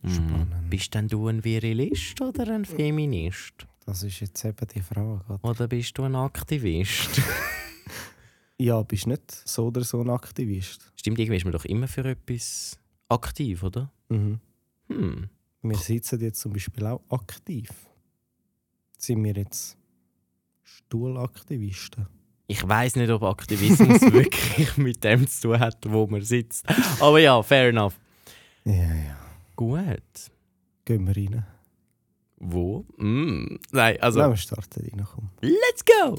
Spannend. Mhm. Bist denn du ein Virilist oder ein Feminist? Das ist jetzt eben die Frage. oder? Oder bist du ein Aktivist? Ja, bist nicht so oder so ein Aktivist. Stimmt, irgendwie ist man doch immer für etwas aktiv, oder? Mhm. Hm. Wir sitzen jetzt zum Beispiel auch aktiv. Sind wir jetzt Stuhlaktivisten? Ich weiß nicht, ob Aktivismus wirklich mit dem zu tun hat, wo man sitzt. Aber ja, fair enough. Ja, ja. Gut. Gehen wir rein. Wo? Mm. Nein, also, Nein, wir starten rein. Komm. let's go!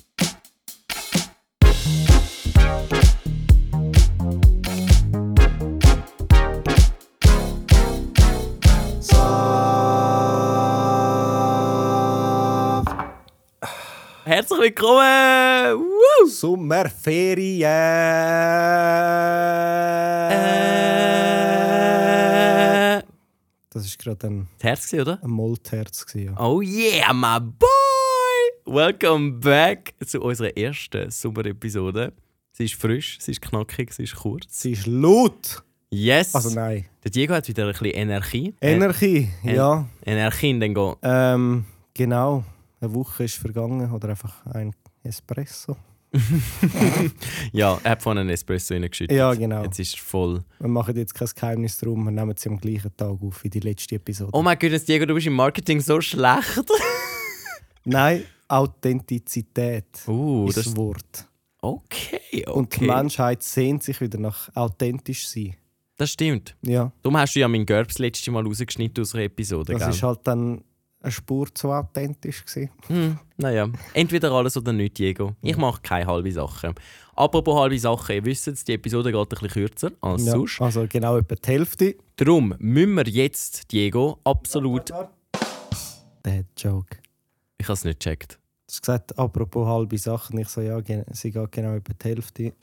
Herzlich willkommen! Woo! Sommerferien! Äh, Das war gerade ein, das Herz, gewesen, oder? ein Moltherz. gewesen, Ja. Oh yeah, my boy! Welcome back zu unserer ersten Sommer-Episode. Sie ist frisch, sie ist knackig, sie ist kurz. Es ist laut! Yes! Also nein. Der Diego hat wieder ein bisschen Energie. Energie, Äh, ja. Äh, Energie in den Go. Ähm, genau. Eine Woche ist vergangen oder einfach ein Espresso. Ja, er hat vorhin einen Espresso reingeschüttet. Ja, genau. Jetzt ist er voll. Wir machen jetzt kein Geheimnis drum, wir nehmen sie am gleichen Tag auf wie die letzte Episode. Oh mein Gott, Diego, du bist im Marketing so schlecht. Nein, Authentizität Uh, ist das das ist. Wort. Okay, okay. Und die Menschheit sehnt sich wieder nach authentisch sein. Das stimmt. Ja, Darum hast du ja meinen Gerbs letztes Mal rausgeschnitten aus einer Episode, das gell? ist halt dann eine Spur zu authentisch gewesen. Hm, naja, entweder alles oder nichts, Diego. Ich mache keine halbe Sachen. Apropos halbe Sachen, ihr wisst es, die Episode geht ein bisschen kürzer als Ja, sonst. also genau etwa die Hälfte. Darum müssen wir jetzt, Diego, absolut. Dead Joke. Ich habe es nicht gecheckt. Du hast gesagt, apropos halbe Sachen. Ich so, ja, gen- sie geht genau etwa die Hälfte.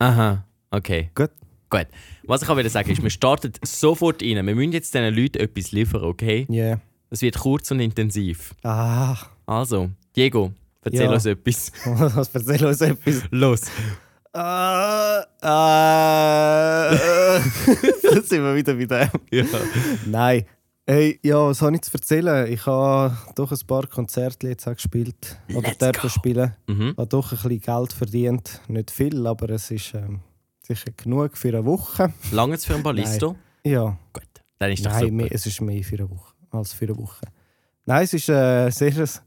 Aha, okay. Gut. Gut. Was ich auch wieder sagen ist, wir starten sofort rein. Wir müssen jetzt diesen Leuten etwas liefern, okay? Ja. Es wird kurz und intensiv. Ah, Also, Diego, erzähl Ja. uns etwas. was erzähl uns etwas. Los. Ah, ah, da sind wir wieder bei dem. Ja. Nein. Hey, ja, was habe ich zu erzählen? Ich habe doch ein paar Konzerte jetzt auch gespielt. Oder Let's dürfen go. spielen. Mhm. Ich habe doch ein bisschen Geld verdient. Nicht viel, aber es ist ähm, sicher genug für eine Woche. Lange für einen Ballisto? Ja, Gut. Dann ist doch nein, super. mehr, es ist mehr für eine Woche als für eine Woche. Nein, es ist äh, sehr, es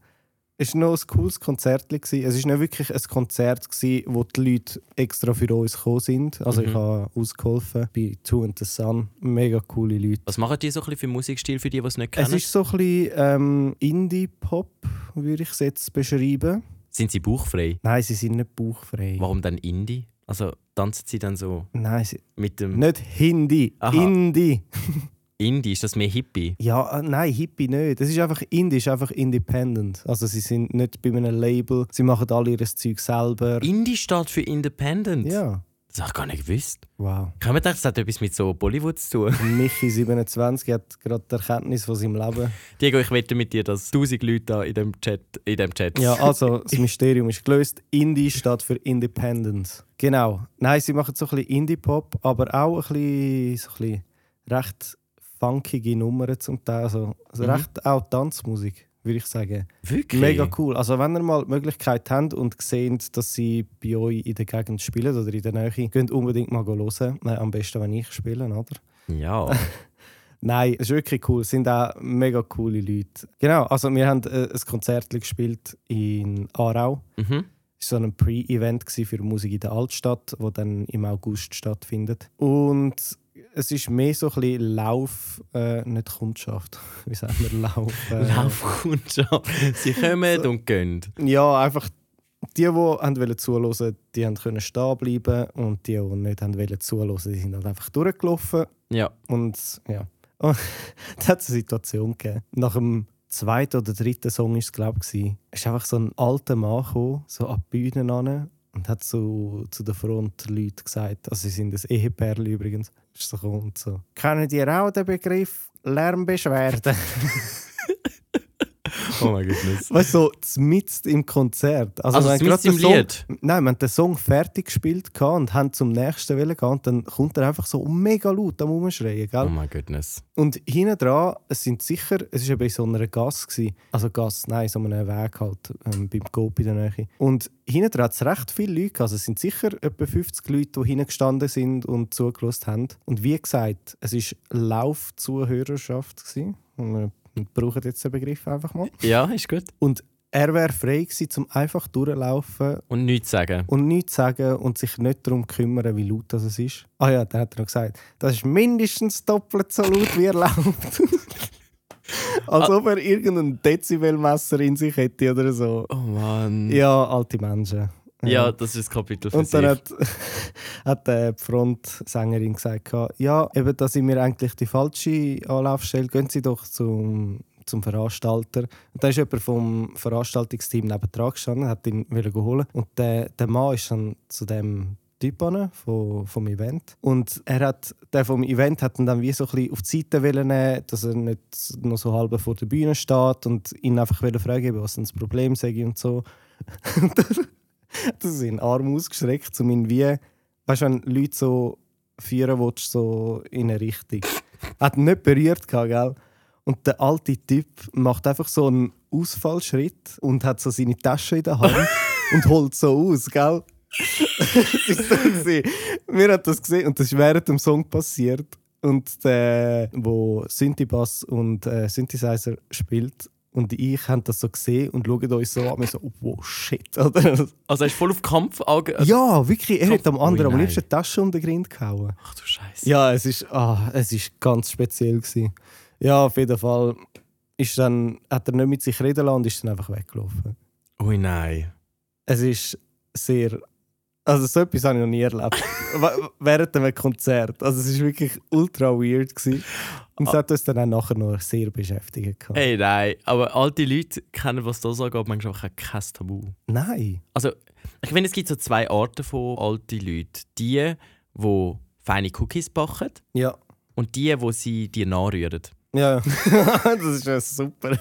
ist noch ein cooles Konzert. Es ist nicht wirklich ein Konzert, gewesen, wo die Leute extra für uns gekommen sind. Also Mhm. ich habe ausgeholfen bei Two and the Sun. Mega coole Leute. Was machen die so ein bisschen für Musikstil für die, die es nicht Es kennen? ist so ein bisschen ähm, Indie-Pop, würde ich es jetzt beschreiben. Sind sie bauchfrei? Nein, sie sind nicht bauchfrei. Warum dann Indie? Also tanzen sie dann so Nein, sie, mit dem nicht Hindi. Aha. Indie. Indie? Ist das mehr Hippie? Ja, äh, nein, Hippie nicht. Es ist einfach Indie, es ist einfach independent. Also sie sind nicht bei einem Label, sie machen alle ihr Zeug selber. Indie steht für Independent. Ja. Das habe ich gar nicht gewusst. Wow. Ich habe mir gedacht, das hat etwas mit so Bollywood zu tun. Michi 27 hat gerade die Erkenntnis von seinem Leben. Diego, ich wette mit dir, dass 1000 Leute da in dem Chat. In dem Chat. Ja, also das Mysterium ist gelöst. Indie steht für Independent. Genau. Nein, sie machen so ein bisschen Indie-Pop, aber auch ein bisschen, so ein bisschen recht funkige Nummern zum Teil. Also Mhm. recht auch Tanzmusik, würde ich sagen. Wirklich? Mega cool. Also wenn ihr mal die Möglichkeit habt und seht, dass sie bei euch in der Gegend spielen oder in der Nähe, könnt unbedingt mal hören. Nein, am besten, wenn ich spiele, oder? Ja. Nein, es ist wirklich cool. Es sind auch mega coole Leute. Genau, also wir haben äh, ein Konzert gespielt in Aarau. mhm. Es war so ein Pre-Event gewesen für Musik in der Altstadt, wo dann im August stattfindet. Und es ist mehr so ein bisschen Lauf, äh, nicht Kundschaft. Wie sagen wir Lauf? Äh, Laufkundschaft. Sie kommen und gehen. Ja, einfach die, die haben zuhören, die haben können stehen bleiben und die, die nicht haben wollen zuhören, die sind halt einfach durchgelaufen Ja. und ja. Und da hat es eine Situation gegeben. Nach dem zweiten oder dritten Song ist es glaube ich ist einfach so ein alter Mann gekommen, so an die Bühne ran und hat so zu den Frontleuten gesagt, also sie sind das Ehepaar übrigens, ist so gekommen und so. Kennen die auch den Begriff Lärmbeschwerden? Oh mein Gott. Weißt du, so mitten im Konzert. Also, Also, wir haben zumindest gerade im den Song- Lied. Nein, wir haben den Song fertig gespielt gehabt und haben zum nächsten Willen gehen und dann kommt er einfach so mega laut am Rumschreien. Gell? Oh mein Goodness. Und hinten dran, es sind sicher, es war bei so einer Gasse, gewesen. also Gasse, nein, so einem Weg halt, ähm, beim Coop in der Nähe. Und hinten dran hat es recht viele Leute, gehabt. also es sind sicher etwa 50 Leute, die hinten gestanden sind und zugelassen haben. Und wie gesagt, es war Laufzuhörerschaft, gewesen. Und wir wir brauchen jetzt den Begriff einfach mal. Ja, ist gut. Und er wäre frei gewesen, zum einfach durchlaufen Und nichts sagen. und nichts sagen und sich nicht darum kümmern, wie laut das es ist. Ah ja, dann hat er noch gesagt, das ist mindestens doppelt so laut, wie er läuft. Als ob er irgendein Dezibelmesser in sich hätte oder so. Oh Mann. Ja, Ja, alte Menschen. das ist das Kapitel für Und dann sich. hat, hat die Frontsängerin gesagt, ja, eben, da sind wir eigentlich die falsche Anlaufstelle, gehen Sie doch zum, zum Veranstalter. Und dann ist jemand vom Veranstaltungsteam neben dran gestanden, hat ihn wollen holen. Und der, der Mann ist dann zu dem Typ hin, von, vom Event. Und er hat, der vom Event hat ihn dann wie so ein bisschen auf die Seite wollen nehmen, dass er nicht noch so halb vor der Bühne steht und ihn einfach wollen fragen, was denn das Problem sei und so. Und dann hat er seinen Arm ausgestreckt, um ihn wie, weißt du, wenn Leute so führen willst, so in eine Richtung. Er hat ihn nicht berührt, gehabt, gell? Und der alte Typ macht einfach so einen Ausfallschritt und hat so seine Tasche in der Hand und holt so aus, gell? das ist so gewesen. Wir haben das gesehen und das ist während dem Song passiert. Und der, wo Synthi-Bass und äh, Synthesizer spielt und ich haben das so gesehen und schauen uns so an, wir so, wow, shit, oder? Also, er ist voll auf Also, Kampf. Ja, wirklich. Er hat am Ui, anderen am nein. liebsten die Tasche um den Grind gehauen. Ach du Scheiße. Ja, es ist, ah, es ist ganz speziell. Gewesen. Ja, auf jeden Fall ist dann, hat er nicht mit sich reden lassen und ist dann einfach weggelaufen. Ui, nein. Es ist sehr. Also, so etwas habe ich noch nie erlebt. W- Während einem Konzert. Also, es war wirklich ultra weird. Gewesen. Und es hat uns dann auch nachher noch sehr beschäftigt. gehabt. Hey, nein. Aber alte Leute kennen, was das angeht, manchmal einfach kein Tabu. Nein. Also, ich finde, es gibt so zwei Arten von alten Leuten. Die, die feine Cookies backen Ja. und die, die sie dir nachrühren. Ja, das ist ja super.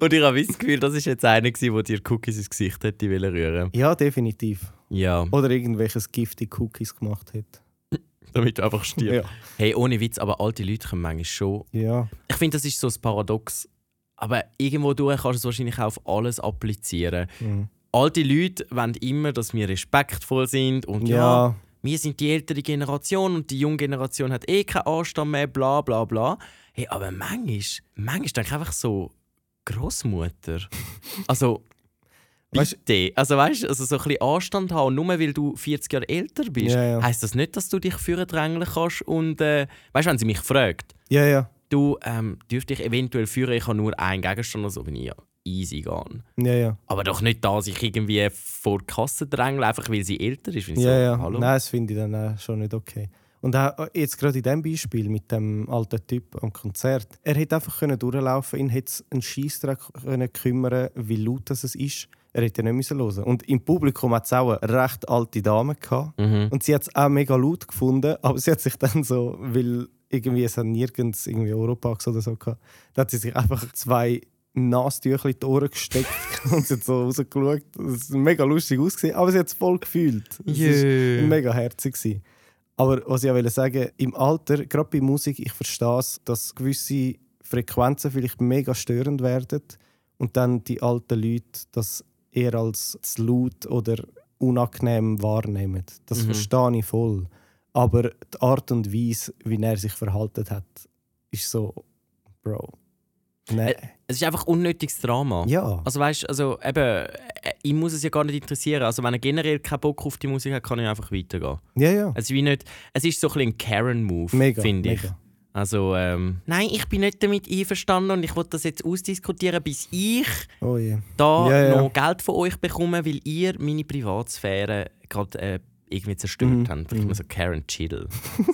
Und ich habe das Gefühl, das war jetzt einer, gewesen, der dir Cookies ins Gesicht hätte wollen rühren Ja, definitiv. Ja, Oder irgendwelches giftige Cookies gemacht hat. damit du einfach stirbst. Ja. Hey, ohne Witz, aber alte Leute können manchmal schon. Ja. Ich finde, das ist so ein Paradox. Aber irgendwo durch kannst du es wahrscheinlich auch auf alles applizieren. Mhm. Alte Leute wollen immer, dass wir respektvoll sind und ja, Ja. wir sind die ältere Generation und die junge Generation hat eh keinen Anstand mehr, bla bla bla. Hey, aber manchmal, manchmal denke ich einfach so, Großmutter. Also, Weißt- bitte. Also, weißt du, also so ein bisschen Anstand haben, nur weil du 40 Jahre älter bist, Ja, ja. heisst das nicht, dass du dich führen drängeln kannst und, äh, weißt du, wenn sie mich fragt, Ja, ja. du, ähm, dürfte ich eventuell führen, ich habe nur einen Gegenstand, also bin ich ja easy gone. Ja, ja. Aber doch nicht, dass ich irgendwie vor die Kasse drängle, einfach weil sie älter ist. Wenn ich Ja, so, ja. Hallo? Nein, das finde ich dann auch schon nicht okay. Und auch äh, jetzt gerade in diesem Beispiel mit dem alten Typ am Konzert. Er hätte einfach können durchlaufen ihn hätte es einen Scheissdreck können kümmern wie laut das es ist. Er hätte ja nicht hören müssen. Und im Publikum hat es auch eine recht alte Dame gehabt. Mhm. Und sie hat es auch mega laut gefunden, aber sie hat sich dann so, weil irgendwie es hat nirgends irgendwie Europax oder so gehabt, da hat sie sich einfach zwei Nasentücher in die Ohren gesteckt und sie hat so rausgeschaut. Es ist mega lustig ausgesehen, aber sie hat es voll gefühlt. Es ist Jö. mega herzig. Gewesen. Aber was ich auch wollte sagen im Alter, gerade bei Musik, ich verstehe es, dass gewisse Frequenzen vielleicht mega störend werden und dann die alten Leute das eher als zu laut oder unangenehm wahrnehmen. Das Mhm. verstehe ich voll. Aber die Art und Weise, wie er sich verhalten hat, ist so, Bro. Nein. Es ist einfach unnötiges Drama. ja. Also weißt, also eben, äh, ich muss es ja gar nicht interessieren. Also wenn er generell keinen Bock auf die Musik hat, kann ich einfach weitergehen. Ja, ja. Also wie nicht, es ist so ein bisschen ein Karen-Move, Mega. finde ich. mega. Also ähm, nein, ich bin nicht damit einverstanden und ich will das jetzt ausdiskutieren, bis ich Oh je. da Ja, ja. noch Geld von euch bekomme, weil ihr meine Privatsphäre gerade äh, irgendwie zerstört Mhm. habt. Ich Mhm. bin so Karen Chill.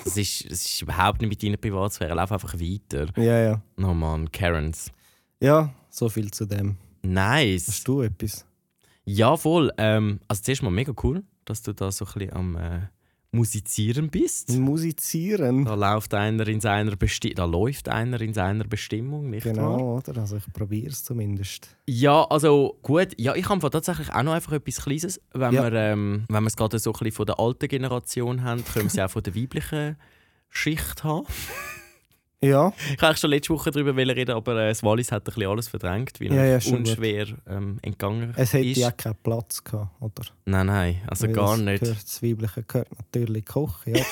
das, ist, das ist überhaupt nicht mit deiner Privatsphäre. Lauf einfach weiter. Ja, ja. Oh Mann, Karens. Ja, so viel zu dem. Nice. Hast du etwas? Ja, voll. Ähm, also zuerst mal mega cool, dass du da so ein bisschen am äh, musizieren bist. Musizieren. Da läuft einer in seiner Besti da läuft einer in seiner Bestimmung, nicht wahr? Genau, oder? Also ich probiere es zumindest. Ja, also gut. Ja, ich habe tatsächlich auch noch einfach etwas Kleines. Wenn, Ja. wir, ähm, wenn wir es gerade so ein bisschen von der alten Generation haben, können wir es ja auch von der weiblichen Schicht haben. Ja, Ich wollte schon letzte Woche darüber reden, aber äh, das Wallis hat ein bisschen alles verdrängt, wie Ja, ja, ja, schon gut. unschwer ähm, entgangen es hätte ist. ja keinen Platz gehabt, oder? Nein, nein, also Weil gar das nicht. Gehört, das Weibliche gehört natürlich Koch, ja.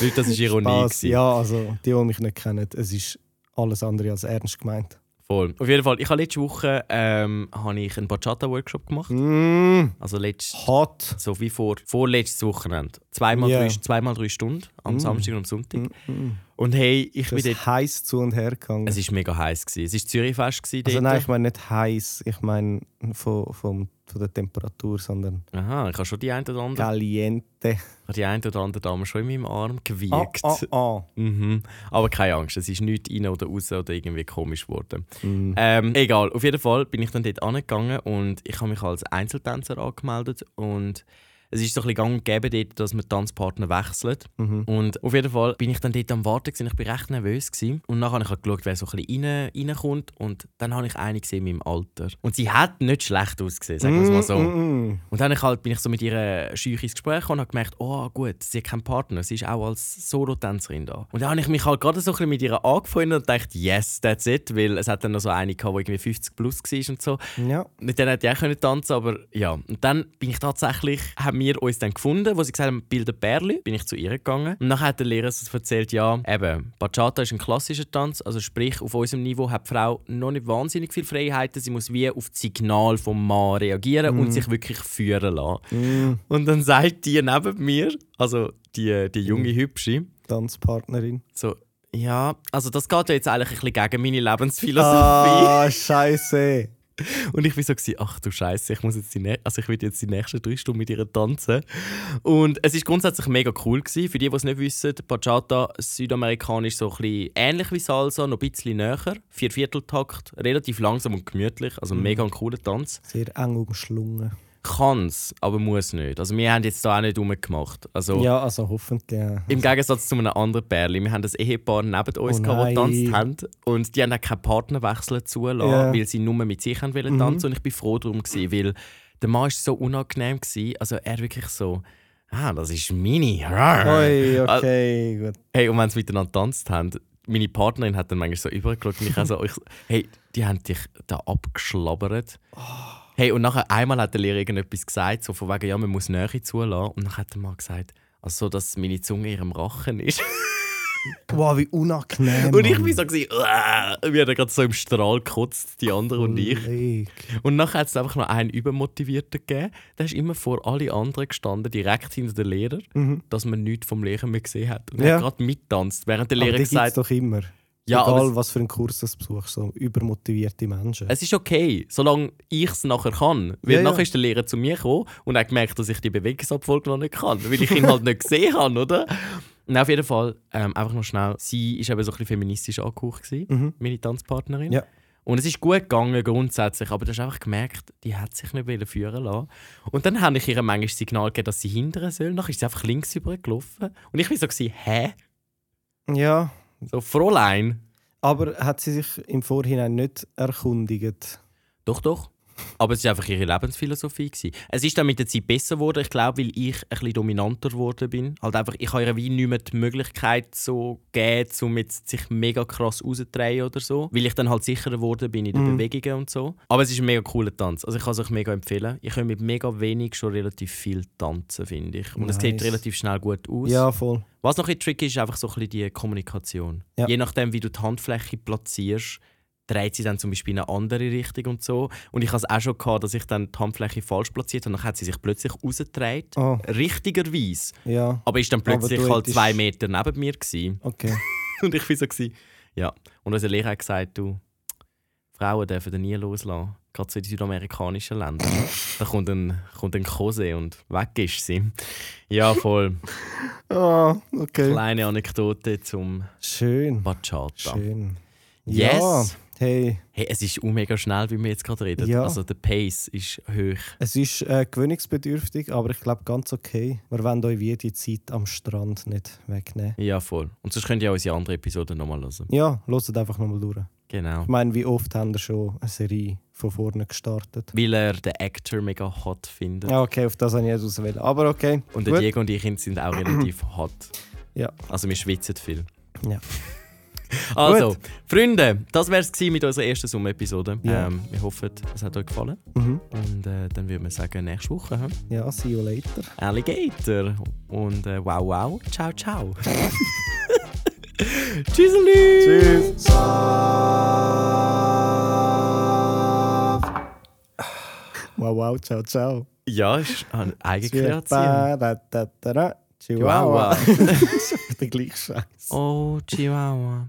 Weil das ist Ironie. Spass. gewesen. Ja, also die, die mich nicht kennen, es ist alles andere als ernst gemeint. Voll. Auf jeden Fall, ich habe letzte Woche ähm, habe ich einen Bachata-Workshop gemacht. Mm, Also letzte, hot. so wie vor, vorletztes Wochenende. Zweimal, Ja. drei, zweimal drei Stunden, am Mm. Samstag und am Sonntag. Mm. Und hey, ich Das bin dort. ist heiß zu und her gegangen. Es war mega heiß. Gewesen. Es war Zürichfest. Gewesen Also dort. nein, ich meine nicht heiß, ich meine von, vom- von der Temperatur, sondern Aha, ich habe schon die eine oder andere, caliente. ich habe die eine oder andere Dame schon in meinem Arm gewiegt. Ah, ah, ah. Mhm. Aber keine Angst, es ist nichts rein oder raus oder irgendwie komisch geworden. Mm. Ähm, egal, auf jeden Fall bin ich dann dort angegangen und ich habe mich als Einzeltänzer angemeldet und es ist so ein bisschen gang und gäbe dort, dass man Tanzpartner wechselt. Mhm. Und auf jeden Fall bin ich dann dort am Warten gewesen. ich war recht nervös. Gewesen. Und nachher habe ich halt geschaut, wer so ein bisschen rein, reinkommt und dann habe ich eine gesehen mit meinem Alter. Und sie hat nicht schlecht ausgesehen, sagen wir es mal so. Mm, mm, Und dann ich halt, bin ich so mit ihr scheu ins Gespräch gekommen und habe gemerkt, oh gut, sie hat keinen Partner, sie ist auch als Solotänzerin da. Und dann habe ich mich halt gerade so ein bisschen mit ihr angefreundet und dachte, yes, that's it, weil es hat dann noch so eine gehabt, die irgendwie 50 plus war und so. mm. Ja, Mit denen hätte ich auch können tanzen aber ja. Und dann bin ich tatsächlich, haben wir uns dann gefunden, wo sie gesagt haben, bilden Bärli, bin ich zu ihr gegangen. Und nachher hat der Lehrer uns erzählt, ja, eben, Bachata ist ein klassischer Tanz, also sprich, auf unserem Niveau hat die Frau noch nicht wahnsinnig viele Freiheiten, sie muss wie auf das Signal vom Mann reagieren und sich wirklich führen lassen. mm, Und dann sagt die neben mir, also die, Mm. die junge Hübsche, Tanzpartnerin. so, ja, also das geht ja jetzt eigentlich ein bisschen gegen meine Lebensphilosophie. Ah, scheiße. Und ich war so, gewesen, ach du Scheiße, ich muss jetzt die, nä- also ich will jetzt die nächsten drei Stunden mit ihr tanzen. Und es ist grundsätzlich mega cool gewesen. Für die, die es nicht wissen, Bachata südamerikanisch so ein bisschen ähnlich wie Salsa, noch ein bisschen näher. Viervierteltakt, relativ langsam und gemütlich, also mega ein cooler Tanz. Sehr eng umschlungen. Kann es, aber muss nicht. Also wir haben jetzt da auch nicht rumgemacht. Also, Ja, also hoffentlich. ja. im Gegensatz zu einem anderen Pärchen. Wir haben ein Ehepaar neben uns, Oh gehabt, das nein. tanzt haben. Und die haben auch keinen Partnerwechsel zulassen, Ja. Mhm. weil sie nur mit sich haben wollen tanzen. Und ich bin froh darum, gewesen, weil der Mann war so unangenehm. Gewesen. Also er wirklich so, ah, das ist mini. Oi, Also, okay, gut. hey, und wenn sie miteinander tanzt haben, meine Partnerin hat dann manchmal so übergeschaut. und Ich also, ich, hey, die haben dich da abgeschlabbert. Oh. Hey, und nachher einmal hat der Lehrer irgendetwas gesagt, so von wegen, ja, man muss Nähe zulassen. Und dann hat der Mann gesagt, also, dass meine Zunge in ihrem Rachen ist. Wow, wie unangenehm. Und ich war so, gewesen, «Uah!» wir haben gerade so im Strahl gekotzt, die anderen und ich. ich. Und nachher hat es einfach noch einen Übermotivierten gegeben. Der ist immer vor alle anderen gestanden, direkt hinter den Lehrer, dass man nichts vom Lehrer mehr gesehen hat. Und er Mhm. Ja. hat gerade mittanzt, während der Aber Lehrer die gibt es gesagt doch immer. Ja, aber Egal, es- was für einen Kurs du besuchst, so übermotivierte Menschen. es ist okay, solange ich es nachher kann. Weil Ja, ja. nachher ist der Lehrer zu mir gekommen und hat gemerkt, dass ich die Bewegungsabfolge noch nicht kann, weil ich ihn halt nicht gesehen habe, oder? Und auf jeden Fall, ähm, einfach noch schnell, sie war eben so ein bisschen feministisch angehaucht, gewesen, Mhm. meine Tanzpartnerin. Ja. Und es ist gut gegangen grundsätzlich, aber du hast einfach gemerkt, die hat sich nicht wollen führen lassen. Und dann habe ich ihr manchmal das Signal gegeben, dass sie hindern soll. Nachher ist sie einfach links übergelaufen. Und ich war so, gewesen, hä? Ja, So, Fräulein? aber hat sie sich im Vorhinein nicht erkundigt? Doch, doch. Aber es war einfach ihre Lebensphilosophie. Gewesen. Es ist dann mit der Zeit besser geworden, ich glaube, weil ich ein bisschen dominanter geworden bin. Halt einfach, ich habe ihr wie nicht mehr die Möglichkeit so gegeben, um jetzt sich mega krass rauszudrehen oder so. Weil ich dann halt sicherer geworden bin in den Bewegungen und so. Aber es ist ein mega cooler Tanz. Also ich kann es euch mega empfehlen. Ich kann mit mega wenig schon relativ viel tanzen, finde ich. Und es sieht Nice. relativ schnell gut aus. Ja, voll. Was noch ein bisschen tricky ist, ist einfach so ein bisschen die Kommunikation. Ja. Je nachdem, wie du die Handfläche platzierst, dreht sie dann zum Beispiel in eine andere Richtung und so. Und ich hatte es auch schon, gehabt, dass ich dann die Handfläche falsch platziert habe und dann hat sie sich plötzlich rausgedreht. Oh, Richtigerweise. ja, Aber ist dann Aber plötzlich du halt hättest- zwei Meter neben mir gewesen. okay. Und ich war so, gewesen, ja. Und unser Lehrer hat gesagt, du, Frauen dürfen da nie loslassen. Gerade so in den südamerikanischen Ländern. da kommt ein, kommt ein Kose und weg ist sie. Ja, voll. Ah, okay. Kleine Anekdote zum Schön. Bachata. Schön. Yes. Ja. hey, Hey, es ist auch mega schnell, wie wir jetzt gerade reden. Ja. Also der Pace ist hoch. es ist äh, gewöhnungsbedürftig, aber ich glaube ganz okay. Wir wollen euch wie die Zeit am Strand nicht wegnehmen. Ja, voll. Und sonst könnt ihr auch unsere andere Episode nochmal hören. Ja, hört einfach nochmal durch. Genau. Ich meine, wie oft haben wir schon eine Serie von vorne gestartet? Weil er den Actor mega hot findet. Ja, okay, auf das habe ich nicht auswählen. Aber okay. Und der gut. Diego und ich sind auch relativ hot. Ja. Also wir schwitzen viel. Ja. Also, Freunde, das wär's es mit unserer ersten Sommer-Episode. Ja. Ähm, wir hoffen, es hat euch gefallen. Mhm. Und äh, dann würden wir sagen, nächste Woche. hä? Ja, see you later. Alligator. Und äh, wow, wow. Ciao, ciao. Tschüsseli. Tschüss. Wow, wow, ciao, ciao. Ja, ist eine Eigenkreation. Chihuahua. Wow, wow. Der gleiche Scheiß. Oh, Chihuahua.